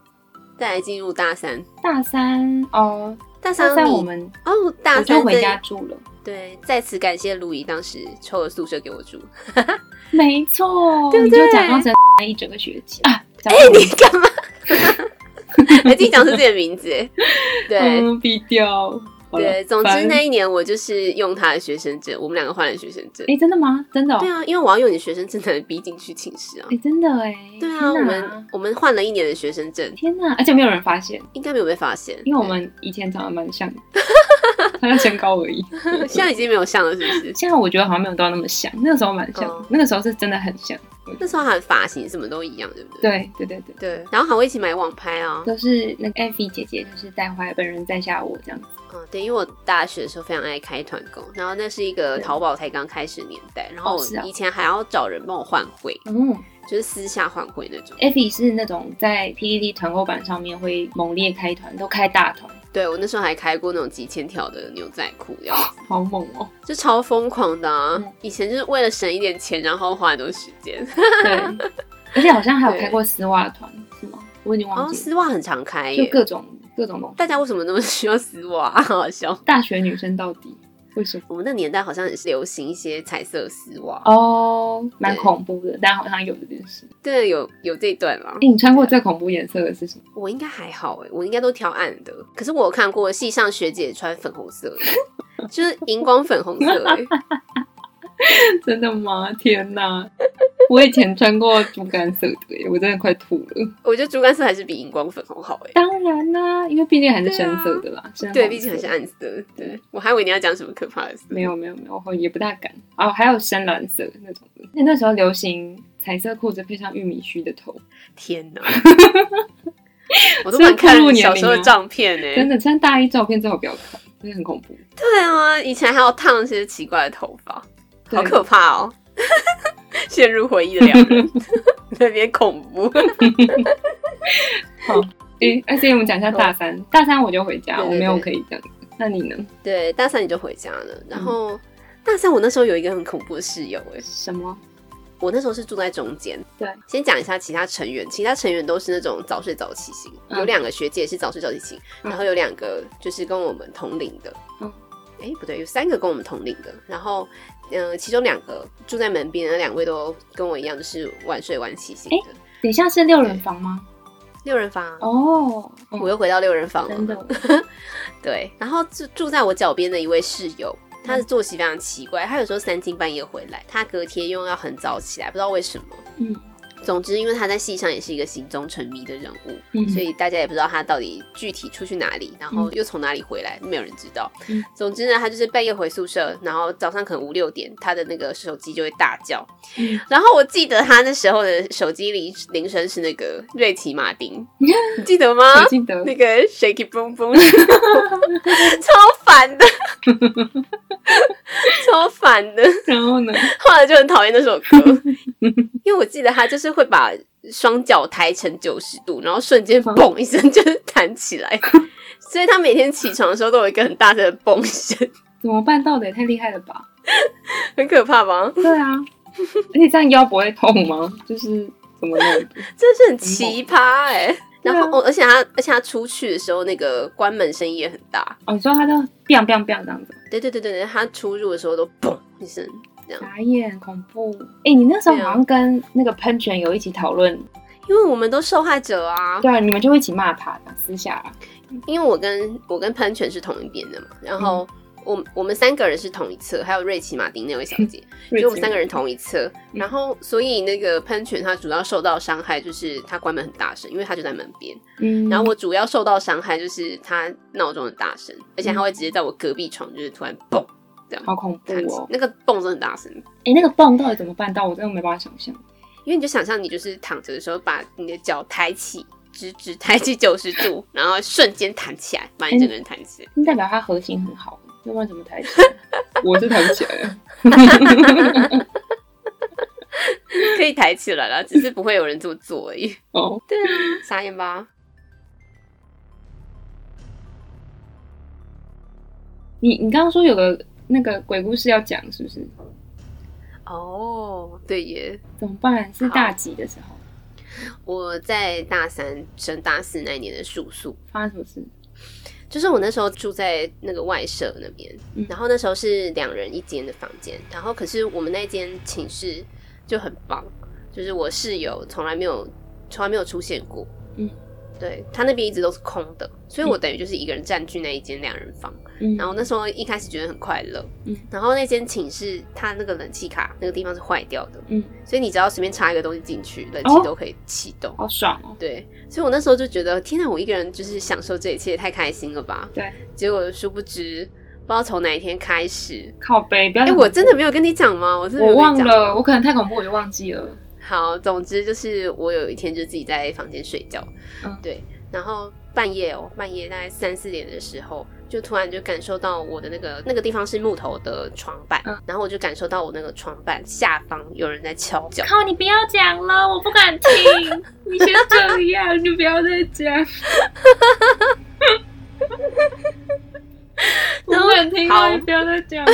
Speaker 1: 再来进入大三，
Speaker 5: 大三哦，
Speaker 1: 大
Speaker 5: 大
Speaker 1: 三
Speaker 5: 三
Speaker 1: 你
Speaker 5: 我们
Speaker 1: 哦，大
Speaker 5: 我
Speaker 1: 三
Speaker 5: 就回
Speaker 1: 这
Speaker 5: 家住了。
Speaker 1: 对，再次感谢陆怡当时抽了宿舍给我住。
Speaker 5: 没错，
Speaker 1: 对不
Speaker 5: 你
Speaker 1: 对
Speaker 5: 就假装成一整个学期啊。哎、
Speaker 1: 你干嘛？哎，自己讲出自己的名字，哎对。
Speaker 5: 嗯，逼掉。好了
Speaker 1: 对，总
Speaker 5: 反
Speaker 1: 之
Speaker 5: 正
Speaker 1: 那一年我就是用他的学生证，我们两个换了学生证
Speaker 5: 哎、。真的吗？真的、哦
Speaker 1: 对。啊，因为我要用你的学生证才能逼进去寝室啊
Speaker 5: 哎、。真的哎、
Speaker 1: 对啊，我
Speaker 5: 天哪
Speaker 1: 们我们换了一年的学生证，
Speaker 5: 天哪，而且没有人发现，
Speaker 1: 应该没有被发现，
Speaker 5: 因为我们以前长得蛮像的， 他的身高而已。
Speaker 1: 对现在已经没有像了，是不是？
Speaker 5: 现在我觉得好像没有到那么像，那个时候蛮像，
Speaker 1: 嗯
Speaker 5: 那个时候是真的很像。
Speaker 1: 那时候还发型什么都一样，对不对？
Speaker 5: 对对对对，
Speaker 1: 对对，然后还会一起买网拍啊。
Speaker 5: 都是那个 a v 姐姐，就是带坏本人在下我这样子。
Speaker 1: 嗯，对，因为我大学的时候非常爱开团购，然后那是一个淘宝才刚开始的年代，然后
Speaker 5: 哦是
Speaker 1: 我
Speaker 5: 啊
Speaker 1: 以前还要找人帮我换汇，
Speaker 5: 嗯
Speaker 1: 就是私下换汇那种。
Speaker 5: a v 是那种在 PDD 团购版上面会猛烈开团，都开大团，
Speaker 1: 对我那时候还开过那种几千条的牛仔裤，这样子
Speaker 5: 好猛哦、
Speaker 1: 就超疯狂的、啊
Speaker 5: 嗯。
Speaker 1: 以前就是为了省一点钱，然后花很多时间。
Speaker 5: 对，而且好像还有开过丝袜团，是吗？我已经
Speaker 1: 然
Speaker 5: 忘
Speaker 1: 后
Speaker 5: 记了，
Speaker 1: 哦丝袜很常开
Speaker 5: 就
Speaker 1: 耶，
Speaker 5: 各种各种东西。
Speaker 1: 大家为什么那么需要丝袜、 啊？好好笑。
Speaker 5: 大学女生到底为什么？
Speaker 1: 我们那年代好像也是流行一些彩色丝袜，
Speaker 5: 哦，蛮
Speaker 1: 对
Speaker 5: 恐怖的，但好像有这件事。
Speaker 1: 对，有有这一段啦
Speaker 5: 哎、。你穿
Speaker 1: 啊
Speaker 5: 过最恐怖颜色的是什么？
Speaker 1: 我应该还好哎、我应该都挑暗的。可是我有看过系上学姐穿粉红色的， 就是荧光粉红色哎、
Speaker 5: 真的吗？天哪！我以前穿过猪肝色的耶，我真的快吐了。
Speaker 1: 我觉得竹竿色还是比荧光粉红好哎、
Speaker 5: 当然啦、因为毕竟还是深色的啦，深
Speaker 1: 啊对，
Speaker 5: 红
Speaker 1: 毕竟
Speaker 5: 色
Speaker 1: 还是暗色。对，我还以为你要讲什么可怕的色。
Speaker 5: 没有没有没有，我也不大敢哦。还有深蓝色的那种的，那那时候流行彩色裤子配上玉米须的头，
Speaker 1: 天哪！ 我都敢看
Speaker 5: 是不是暴露年龄
Speaker 1: 小
Speaker 5: 啊
Speaker 1: 时候的照片呢、
Speaker 5: 真的穿大衣照片最好不要看，真的很恐怖。
Speaker 1: 对啊，以前还有烫一些奇怪的头发，
Speaker 5: 对
Speaker 1: 好可怕哦！ 陷入回忆的两 人，那边恐怖。
Speaker 5: 诶、而且我们讲一下大三，大三我就回家，
Speaker 1: 对对
Speaker 5: 我没有
Speaker 1: 对
Speaker 5: 可以讲。那你呢？
Speaker 1: 对，大三你就回家了，然后、大三我那时候有一个很恐怖的室友哎、
Speaker 5: 什么？
Speaker 1: 我那时候是住在中间。
Speaker 5: 对，
Speaker 1: 先讲一下其他成员，其他成员都是那种早睡早起型，
Speaker 5: 嗯
Speaker 1: 有两个学姐是早睡早起型，
Speaker 5: 嗯
Speaker 1: 然后有两个就是跟我们同龄的，
Speaker 5: 嗯，
Speaker 1: 哎、不对，有三个跟我们同龄的，然后。嗯、其中两个住在门边的两位都跟我一样，就是晚睡晚起型的、
Speaker 5: 等一下是六人房吗？
Speaker 1: 六人房啊、
Speaker 5: 哦，嗯
Speaker 1: 我又回到六人房
Speaker 5: 真
Speaker 1: 了。
Speaker 5: 的，
Speaker 1: 对，然后住住在我脚边的一位室友，
Speaker 5: 嗯
Speaker 1: 他的作息非常奇怪，他有时候三更半夜回来，他隔天又要很早起来，不知道为什么。
Speaker 5: 嗯
Speaker 1: 总之，因为他在戏上也是一个行踪沉迷的人物，
Speaker 5: 嗯
Speaker 1: 所以大家也不知道他到底具体出去哪里，然后又从哪里回来，没有人知道。
Speaker 5: 嗯
Speaker 1: 总之呢，他就是半夜回宿舍，然后早上可能五六点，他的那个手机就会大叫。
Speaker 5: 嗯
Speaker 1: 然后我记得他那时候的手机铃铃声是那个瑞奇马 丁，你记得吗？
Speaker 5: 我记得
Speaker 1: 那个 shaky boom boom，超烦的， 超烦的。
Speaker 5: 然后呢？
Speaker 1: 后来就很讨厌那首歌，因为我记得他就是会把双脚抬成九十度，然后瞬间嘣一声就是弹起来，所以他每天起床的时候都有一个很大声的嘣声，
Speaker 5: 怎么办到的？也太厉害了吧！
Speaker 1: 很可怕吧？
Speaker 5: 对啊，而且这样腰不会痛吗？就是怎么弄的？
Speaker 1: 真是很奇葩哎、然后
Speaker 5: 对啊、
Speaker 1: 哦，而且他，而且他出去的时候，那个关门声音也很大。
Speaker 5: 哦，你说他都 biang biang biang 这样子，
Speaker 1: 对对对对对，他出入的时候都嘣一声，
Speaker 5: 傻眼，恐怖！哎，你那时候好像跟那个喷泉有一起讨论，
Speaker 1: 因为我们都受害者啊。
Speaker 5: 对啊，你们就会一起骂他，私下啊
Speaker 1: 因为我跟我跟喷泉是同一边的嘛，然后我、我们三个人是同一侧，还有瑞奇马丁那位小姐，所以我们三个人同一侧。
Speaker 5: 嗯
Speaker 1: 然后，所以那个喷泉它主要受到伤害就是它关门很大声，因为它就在门边。
Speaker 5: 嗯
Speaker 1: 然后我主要受到伤害就是它闹钟很大声，而且它
Speaker 5: 嗯
Speaker 1: 会直接在我隔壁床就是突然蹦
Speaker 5: 好恐怖
Speaker 1: 弹起，
Speaker 5: 哦！
Speaker 1: 那个蹦真的很大声。
Speaker 5: 哎，那个泵到底怎么办到？我真的没办法想象。
Speaker 1: 因为你就想象你就是躺着的时候，把你的脚抬起，直直抬起九十度，然后瞬间弹起来，把你整个人弹起来。
Speaker 5: 那代表他核心很好，要不然怎么抬起来？ 我是抬不起来了。
Speaker 1: 可以抬起来了，只是不会有人这么做而已。
Speaker 5: 哦，
Speaker 1: 对啊，傻眼吧？
Speaker 5: 你你刚刚说有个那个鬼故事要讲，是不是？
Speaker 1: 哦，对耶，
Speaker 5: 怎么办？是大几的时候
Speaker 1: 我在大三升大四那一年的住宿，
Speaker 5: 发生什么事？
Speaker 1: 就是我那时候住在那个外舍那边，
Speaker 5: 嗯
Speaker 1: 然后那时候是两人一间的房间，然后可是我们那间寝室就很棒，就是我室友从来没有从来没有出现过，
Speaker 5: 嗯，
Speaker 1: 对他那边一直都是空的，所以我等于就是一个人占据那一间两人房，
Speaker 5: 嗯
Speaker 1: 然后那时候一开始觉得很快乐，
Speaker 5: 嗯
Speaker 1: 然后那间寝室它那个冷气卡那个地方是坏掉的，
Speaker 5: 嗯，
Speaker 1: 所以你只要随便插一个东西进去，冷
Speaker 5: 哦
Speaker 1: 气都可以启动。
Speaker 5: 好爽哦！
Speaker 1: 对，所以我那时候就觉得，天哪，我一个人就是享受这一切，太开心了吧？
Speaker 5: 对，
Speaker 1: 结果殊不知，不知道从哪一天开始，
Speaker 5: 靠背，不要
Speaker 1: 哎、
Speaker 5: 讲
Speaker 1: 我真的没有跟你讲吗？我真的没
Speaker 5: 嗯我
Speaker 1: 有跟
Speaker 5: 忘
Speaker 1: 你讲。
Speaker 5: 了，我可能太恐怖，我就忘记了。
Speaker 1: 好，总之就是我有一天就自己在房间睡觉，
Speaker 5: 嗯
Speaker 1: 对，然后半夜哦，半夜大概三四点的时候，就突然就感受到我的那个那个地方是木头的床板，
Speaker 5: 嗯
Speaker 1: 然后我就感受到我那个床板下方有人在敲 脚，
Speaker 2: 靠，你不要讲了，我不敢听。你先这样，你不要再讲。我不敢听
Speaker 1: 好
Speaker 2: 了，你不要再讲了。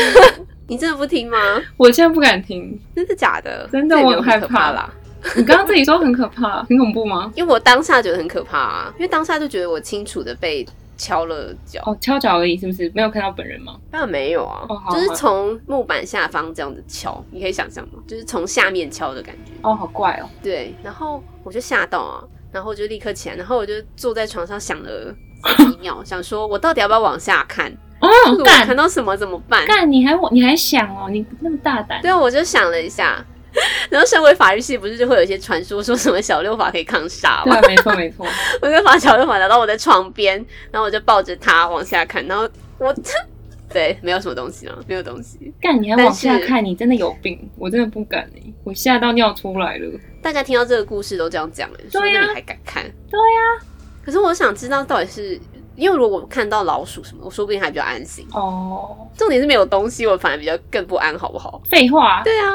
Speaker 1: 你真的不听吗？
Speaker 5: 我现在不敢听。
Speaker 1: 真的假的？
Speaker 5: 真的
Speaker 1: 这也没
Speaker 5: 我
Speaker 1: 有
Speaker 5: 很害
Speaker 1: 可
Speaker 5: 怕
Speaker 1: 怕啦。
Speaker 5: 你刚刚自己说很可怕，很恐怖吗？
Speaker 1: 因为我当下觉得很可怕啊，因为当下就觉得我清楚的被敲了脚，
Speaker 5: 哦，敲脚而已，是不是？没有看到本人吗？
Speaker 1: 当然没有啊，
Speaker 5: 哦好
Speaker 1: 就是从木板下方这样子敲，你可以想象吗？就是从下面敲的感觉。
Speaker 5: 哦，好怪哦。
Speaker 1: 对，然后我就吓到啊，然后我就立刻起来，然后我就坐在床上想了几秒，想说我到底要不要往下 看？如
Speaker 5: 哦，
Speaker 1: 果我
Speaker 5: 干
Speaker 1: 看到什么怎么办？
Speaker 5: 干，你还我你还想哦，你那么大胆。
Speaker 1: 对，啊我就想了一下。 然后，身为法律系，不是就会有一些传说说什么小六法可以抗杀吗
Speaker 5: 对？啊，没错没错。
Speaker 1: 我就把小六法拿到我的床边，然后我就抱着它往下看，然后我对，没有什么东西了，没有东西。
Speaker 5: 干，你还
Speaker 1: 但
Speaker 5: 往下
Speaker 1: 是
Speaker 5: 看，你真的有病，我真的不敢哎、我吓到尿出来了。
Speaker 1: 大家听到这个故事都这样讲、欸，说
Speaker 5: 对啊
Speaker 1: 那你还敢看？对呀、可是我想知道到底是因为如果我看到老鼠什么，我说不定还比较安心。
Speaker 5: 哦，
Speaker 1: 重点是没有东西，我反而比较更不安，好不好？
Speaker 5: 废话。
Speaker 1: 对啊，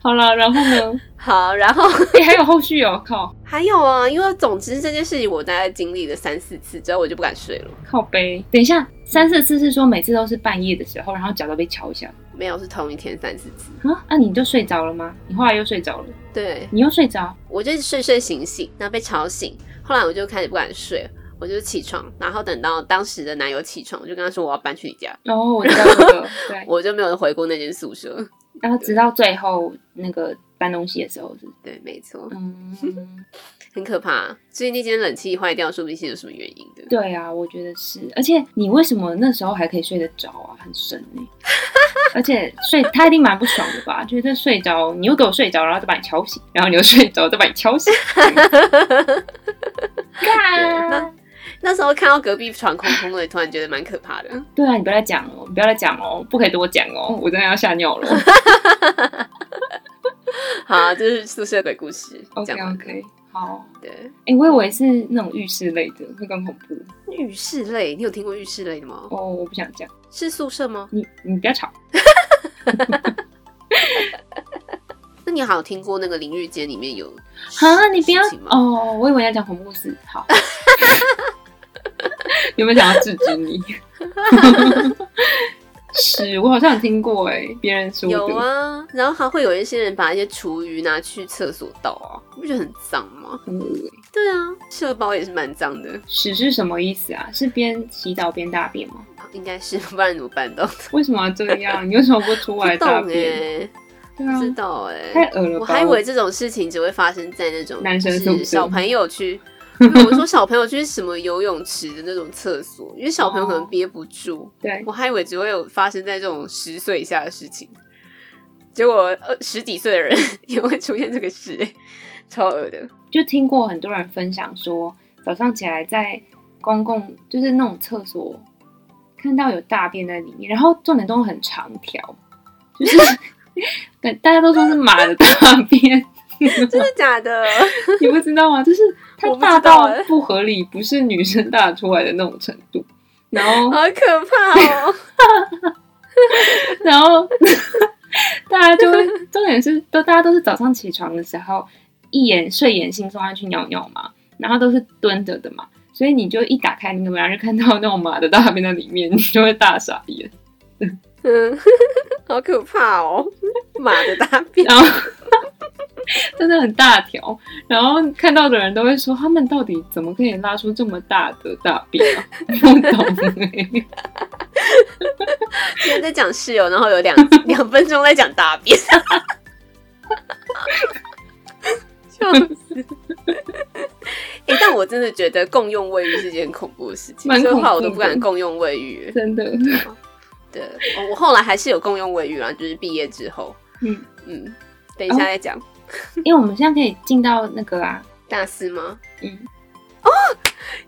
Speaker 5: 好了，然后呢？
Speaker 1: 好，然后
Speaker 5: 哎、还有后续哦，靠
Speaker 1: 还有啊，因为总之这件事情我大概经历了三四次之后，我就不敢睡了。
Speaker 5: 靠背。等一下，三四次是说每次都是半夜的时候，然后脚都被敲一下。
Speaker 1: 没有，是同一天三四次。
Speaker 5: 啊，那、你就睡着了吗？你后来又睡着了，
Speaker 1: 对，
Speaker 5: 你又睡着，
Speaker 1: 我就睡睡醒醒，然后被吵醒，后来我就开始不敢睡，我就起床，然后等到当时的男友起床，我就跟他说我要搬去你家，
Speaker 5: 然、后哦我知道这个，对，
Speaker 1: 我就没有回过那间宿舍。
Speaker 5: 然后直到最后那个搬东西的时候是，
Speaker 1: 对，没错，
Speaker 5: 嗯，
Speaker 1: 很可怕。所以那间冷气坏掉，说不定是有什么原因的。
Speaker 5: 对啊，我觉得是，而且你为什么那时候还可以睡得着啊？很神呢、而且睡他一定蛮不爽的吧？觉得睡着，你又给我睡着，然后再把你敲醒，然后你又睡着，再把你敲醒，
Speaker 1: 那那时候看到隔壁床空空的，突然觉得蛮可怕的。
Speaker 5: 对啊，你不要再讲了，你不要再讲哦，不可以多讲哦，我真的要吓尿了。
Speaker 1: 好，这是宿舍鬼故事。
Speaker 5: OK
Speaker 1: 讲完了
Speaker 5: OK，哦，
Speaker 1: 对，
Speaker 5: 哎、我以为是那种浴室类的，会更恐怖。
Speaker 1: 浴室类，你有听过浴室类的吗？
Speaker 5: 哦，我不想讲，
Speaker 1: 是宿舍吗？
Speaker 5: 你你不要吵。
Speaker 1: 那你还有听过那个淋浴间里面有
Speaker 5: 啊，你不要
Speaker 1: 事情吗？
Speaker 5: 哦，我以为你要讲恐怖故事。好， 有没有想要制止你？ 是我好像有听过哎、别人说的。
Speaker 1: 有啊，然后还会有一些人把一些厨余拿去厕所倒啊，你不觉得很脏吗？
Speaker 5: 很恶欸
Speaker 1: 对啊，社包也是蛮脏的，
Speaker 5: 屎是什么意思啊？是边洗澡边大便吗？
Speaker 1: 应该是，不然怎么办到？
Speaker 5: 为什么要这样？你为什么不出
Speaker 1: 不
Speaker 5: 来大
Speaker 1: 懂哎、
Speaker 5: 便？对啊
Speaker 1: 不，知道哎、
Speaker 5: 太恶了吧！
Speaker 1: 我还以为这种事情只会发生在那种
Speaker 5: 男生
Speaker 1: 就
Speaker 5: 宿舍
Speaker 1: 是小朋友 区。因为我说小朋友区是什么游泳池的那种厕所，因为小朋友可
Speaker 5: 哦
Speaker 1: 能憋不住。
Speaker 5: 对
Speaker 1: 我还以为只会有发生在这种十岁以下的事情，结果呃十几岁的人 也会出现这个事、欸超恶的。
Speaker 5: 就听过很多人分享说，早上起来在公共就是那种厕所看到有大便在里面，然后重点都很长条，就是对大家都说是马的大便，
Speaker 1: 真的假的？
Speaker 5: 你不知道吗？就是它
Speaker 1: 我不知
Speaker 5: 大
Speaker 1: 道
Speaker 5: 到
Speaker 1: 欸
Speaker 5: 不合理，不是女生大出来的那种程度。然后
Speaker 1: 好可怕哦！
Speaker 5: 然后大家就会，重点是都大家都是早上起床的时候，一眼睡眼惺忪要去尿尿嘛，然后都是蹲着的嘛，所以你就一打开那个门，然后就看到那种马的大便在里面，你就会大傻眼。
Speaker 1: 嗯， 好可怕哦！ 马的大便，
Speaker 5: 然后 真的很大条，然后看到的人都会说，他们到底怎么可以拉出这么大的大便啊？ 不懂哎、
Speaker 1: 今天在讲室友，然后 有两两分钟在讲大便， 笑死！哎、但我真的觉得共用卫浴是件很恐怖的事情，
Speaker 5: 蛮
Speaker 1: 所以
Speaker 5: 恐
Speaker 1: 后来我
Speaker 5: 怖
Speaker 1: 都不敢
Speaker 5: 的
Speaker 1: 共用卫浴。
Speaker 5: 真的，
Speaker 1: 对，我我后来还是有共用卫浴啊，就是毕业之后。
Speaker 5: 嗯哦
Speaker 1: 嗯，等一下再讲。
Speaker 5: 因为我们现在可以进到那个啊，
Speaker 1: 大四吗？
Speaker 5: 嗯，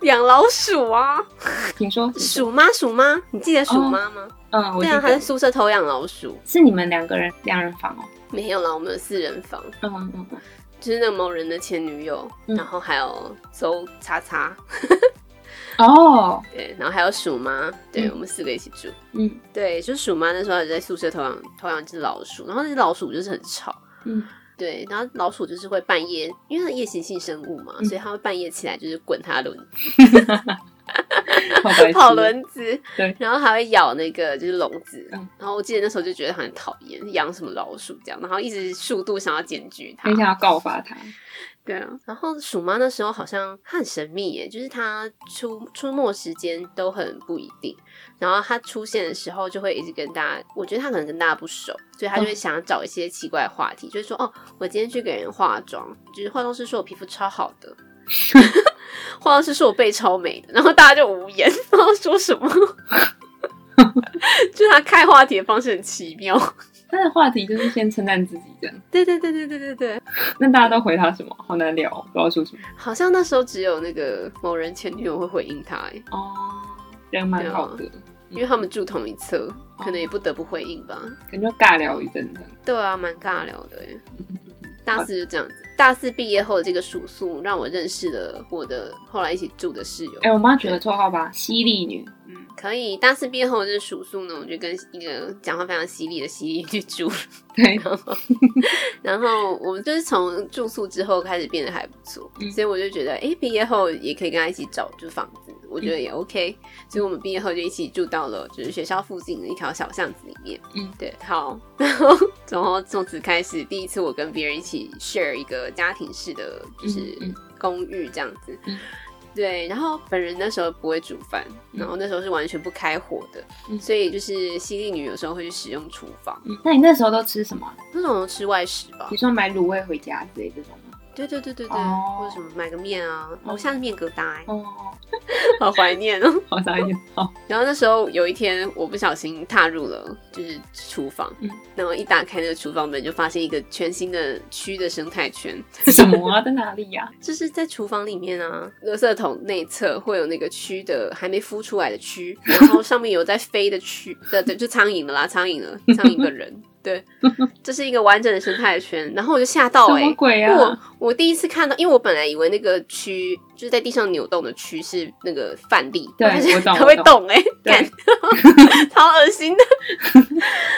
Speaker 1: 养老鼠啊，
Speaker 5: 请说，请说
Speaker 1: 鼠妈鼠妈，你记得鼠妈吗？
Speaker 5: 嗯，我
Speaker 1: 对
Speaker 5: 记
Speaker 1: 啊，
Speaker 5: 得
Speaker 1: 还在宿舍偷养老鼠。
Speaker 5: 是你们两个人两人房哦。
Speaker 1: 没有啦，我们有四人房，
Speaker 5: 嗯嗯嗯，
Speaker 1: 就是那个某人的前女友，
Speaker 5: 嗯
Speaker 1: 然后还有周叉叉，
Speaker 5: 哦，
Speaker 1: 对，然后还有鼠妈，对、
Speaker 5: 嗯
Speaker 1: 我们四个一起住。
Speaker 5: 嗯
Speaker 1: 对，就是鼠妈那时候有在宿舍偷养偷养一只老鼠，然后那只老鼠就是很吵。
Speaker 5: 嗯，
Speaker 1: 对，然后老鼠就是会半夜，因为它是夜行性生物嘛，
Speaker 5: 嗯
Speaker 1: 所以它会半夜起来就是滚它轮
Speaker 5: 嗯好白痴
Speaker 1: 跑，轮子，
Speaker 5: 对
Speaker 1: 然后还会咬那个就是笼子，
Speaker 5: 嗯
Speaker 1: 然后我记得那时候就觉得很讨厌，养什么老鼠这样，然后一直速度想要检举它
Speaker 5: 很，想要告发他。
Speaker 1: 对啊，然后鼠妈那时候好像它很神秘耶，就是它出出没时间都很不一定，然后它出现的时候就会一直跟大家，我觉得它可能跟大家不熟，所以它就会想要找一些奇怪的话题，就是说哦，我今天去给人化妆，就是化妆师说我皮肤超好 的。化妆师说我背超美的，然后大家就无言，不知道说什 么。就是他开话题的方式很奇妙。
Speaker 5: 他的话题就是先称赞自己这样，
Speaker 1: 对对对对对对对，
Speaker 5: 那大家都回他什么？好难聊哦，不知道说什么。
Speaker 1: 好像那时候只有那个某人前女友会回应他、欸，
Speaker 5: 哦，人蛮好的，
Speaker 1: 因为他们住同一侧，可能也不得不回应吧。
Speaker 5: 感觉尬聊一阵子。
Speaker 1: 对啊，蛮尬聊的、欸。大四就这样子，大四毕业后的这个暑宿让我认识了我的后来一起住的室友。
Speaker 5: 哎、我妈取的绰号吧，犀利女。
Speaker 1: 嗯，可以。大四毕业后的这个暑宿呢，我就跟一个讲话非常犀利的犀利去住，
Speaker 5: 对，
Speaker 1: 然后我们就是从住宿之后开始变得还不错，
Speaker 5: 嗯
Speaker 1: 所以我就觉得，哎，毕业后也可以跟他一起找就房子，我觉得
Speaker 5: 嗯
Speaker 1: 也 OK、所以我们毕业后就一起住到了就是学校附近的一条小巷子里面。
Speaker 5: 嗯，
Speaker 1: 对，好，然后然后从此开始，第一次我跟别人一起 share 一个家庭式的就是
Speaker 5: 嗯嗯
Speaker 1: 公寓这样子。
Speaker 5: 嗯
Speaker 1: 对，然后本人那时候不会煮饭，然后那时候是完全不开火的，
Speaker 5: 嗯
Speaker 1: 所以就是犀利女有时候会去使用厨房，
Speaker 5: 嗯，那你那时候都吃什么啊？
Speaker 1: 那种吃外食吧
Speaker 5: 比。如说买卤味回家之类这种吗？
Speaker 1: 对对对对对，
Speaker 5: 哦
Speaker 1: 或者什么买个面啊，
Speaker 5: 哦
Speaker 1: 我像面疙瘩、欸，
Speaker 5: 哦，
Speaker 1: 好怀念 哦。
Speaker 5: 好傻眼。好，
Speaker 1: 然后那时候有一天，我不小心踏入了就是厨房，
Speaker 5: 嗯
Speaker 1: 然后一打开那个厨房门，就发现一个全新的区的生态圈，
Speaker 5: 是什么啊？在哪里 呀、
Speaker 1: 就是在厨房里面啊，垃圾桶内侧会有那个蛆的还没 孵出来的蛆，然后上面有在飞的蛆的，对，就苍蝇了啦，苍蝇了，苍蝇的人。 对，这是一个完整的生态圈。然后我就吓到
Speaker 5: 什
Speaker 1: 哎、
Speaker 5: 么鬼
Speaker 1: 我
Speaker 5: 啊？
Speaker 1: 我第一次看到，因为我本来以为那个蛆就是在地上扭动的蛆是那个饭粒，
Speaker 5: 对
Speaker 1: 但是
Speaker 5: 我懂
Speaker 1: 它会
Speaker 5: 我
Speaker 1: 动哎、欸，
Speaker 5: 对
Speaker 1: 感 超恶心的。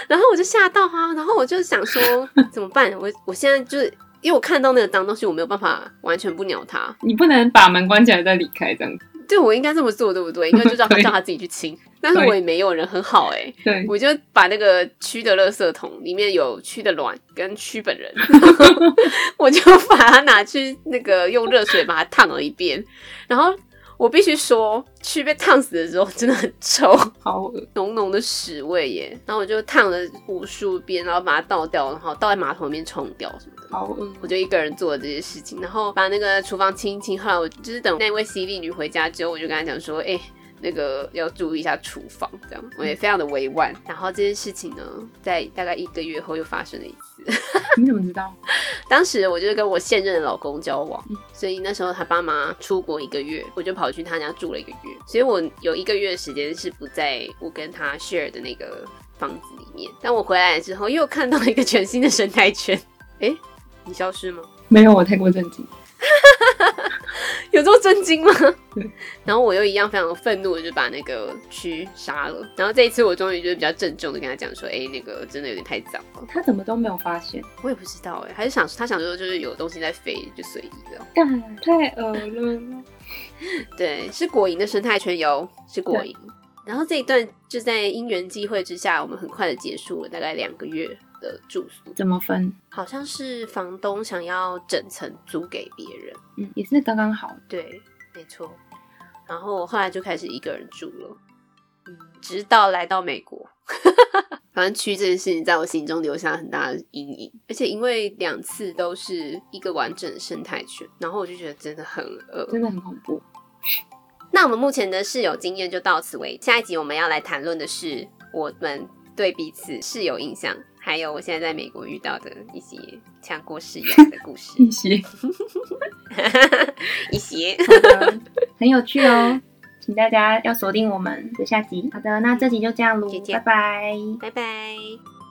Speaker 1: 然后我就吓到啊，然后我就想说怎么办？我我现在就是因为我看到那个脏东西，我没有办法完全不鸟它。
Speaker 5: 你不能把门关起来再离开这样子。
Speaker 1: 对我应该这么做对不对？应该就让它
Speaker 5: 对
Speaker 1: 让它自己去清。但是我也没有人很好哎、欸
Speaker 5: 对，
Speaker 1: 我就把那个蛆的垃圾桶里面有蛆的卵跟蛆本人，我就把它拿去那个用热水把它烫了一遍，然后我必须说，蛆被烫死的时候真的很臭，
Speaker 5: 好恶。
Speaker 1: 浓浓的屎味耶。然后我就烫了无数遍，然后把它倒掉，然后倒在马桶里面冲掉什么的。
Speaker 5: 好恶，
Speaker 1: 我就一个人做了这些事情，然后把那个厨房清一清。后来我就是等那位犀利女回家之后，我就跟她讲说，哎、那个要注意一下厨房，这样我也非常的委婉。然后这件事情呢，在大概一个月后又发生了一次。
Speaker 5: 你怎么知道？
Speaker 1: 当时我就是跟我现任的老公交往
Speaker 5: 嗯，
Speaker 1: 所以那时候他爸妈出国一个月，我就跑去他家住了一个月，所以我有一个月的时间是不在我跟他 share 的那个房子里面。但我回来之后，又看到了一个全新的生态圈。哎、你消失吗？
Speaker 5: 没有，我太过震惊。
Speaker 1: 有这么震惊吗
Speaker 5: 对？
Speaker 1: 然后我又一样非常愤怒，我就把那个蛆杀了。然后这一次我终于就是比较郑重的跟他讲说，哎、那个真的有点太早了。
Speaker 5: 他怎么都没有发现？
Speaker 1: 我也不知道哎、还是想他想说就是有东西在飞，就随意的。
Speaker 5: 干，太恶了。
Speaker 1: 对，是果蝇的生态圈有，是果蝇。然后这一段就在因缘际会之下，我们很快的结束了，大概两个月的住宿，
Speaker 5: 怎么分？
Speaker 1: 好像是房东想要整层租给别人。
Speaker 5: 嗯，也是刚刚好。
Speaker 1: 对，没错。然后我后来就开始一个人住了，嗯，直到来到美国。反正区这件事情在我心中留下很大的阴影，而且因为两次都是一个完整的生态圈，然后我就觉得真的很恶。
Speaker 5: 真的很恐怖。
Speaker 1: 那我们目前的室友经验就到此为止。下一集我们要来谈论的是我们对彼此室友印象，还有我现在在美国遇到的一些强过室友的故 事，
Speaker 5: 一些
Speaker 1: 一 些。
Speaker 5: 好的，很有趣哦，请大家要锁定我们的下集。好的，那这集就这样喽
Speaker 1: 再，见
Speaker 5: 拜拜。
Speaker 1: 拜拜。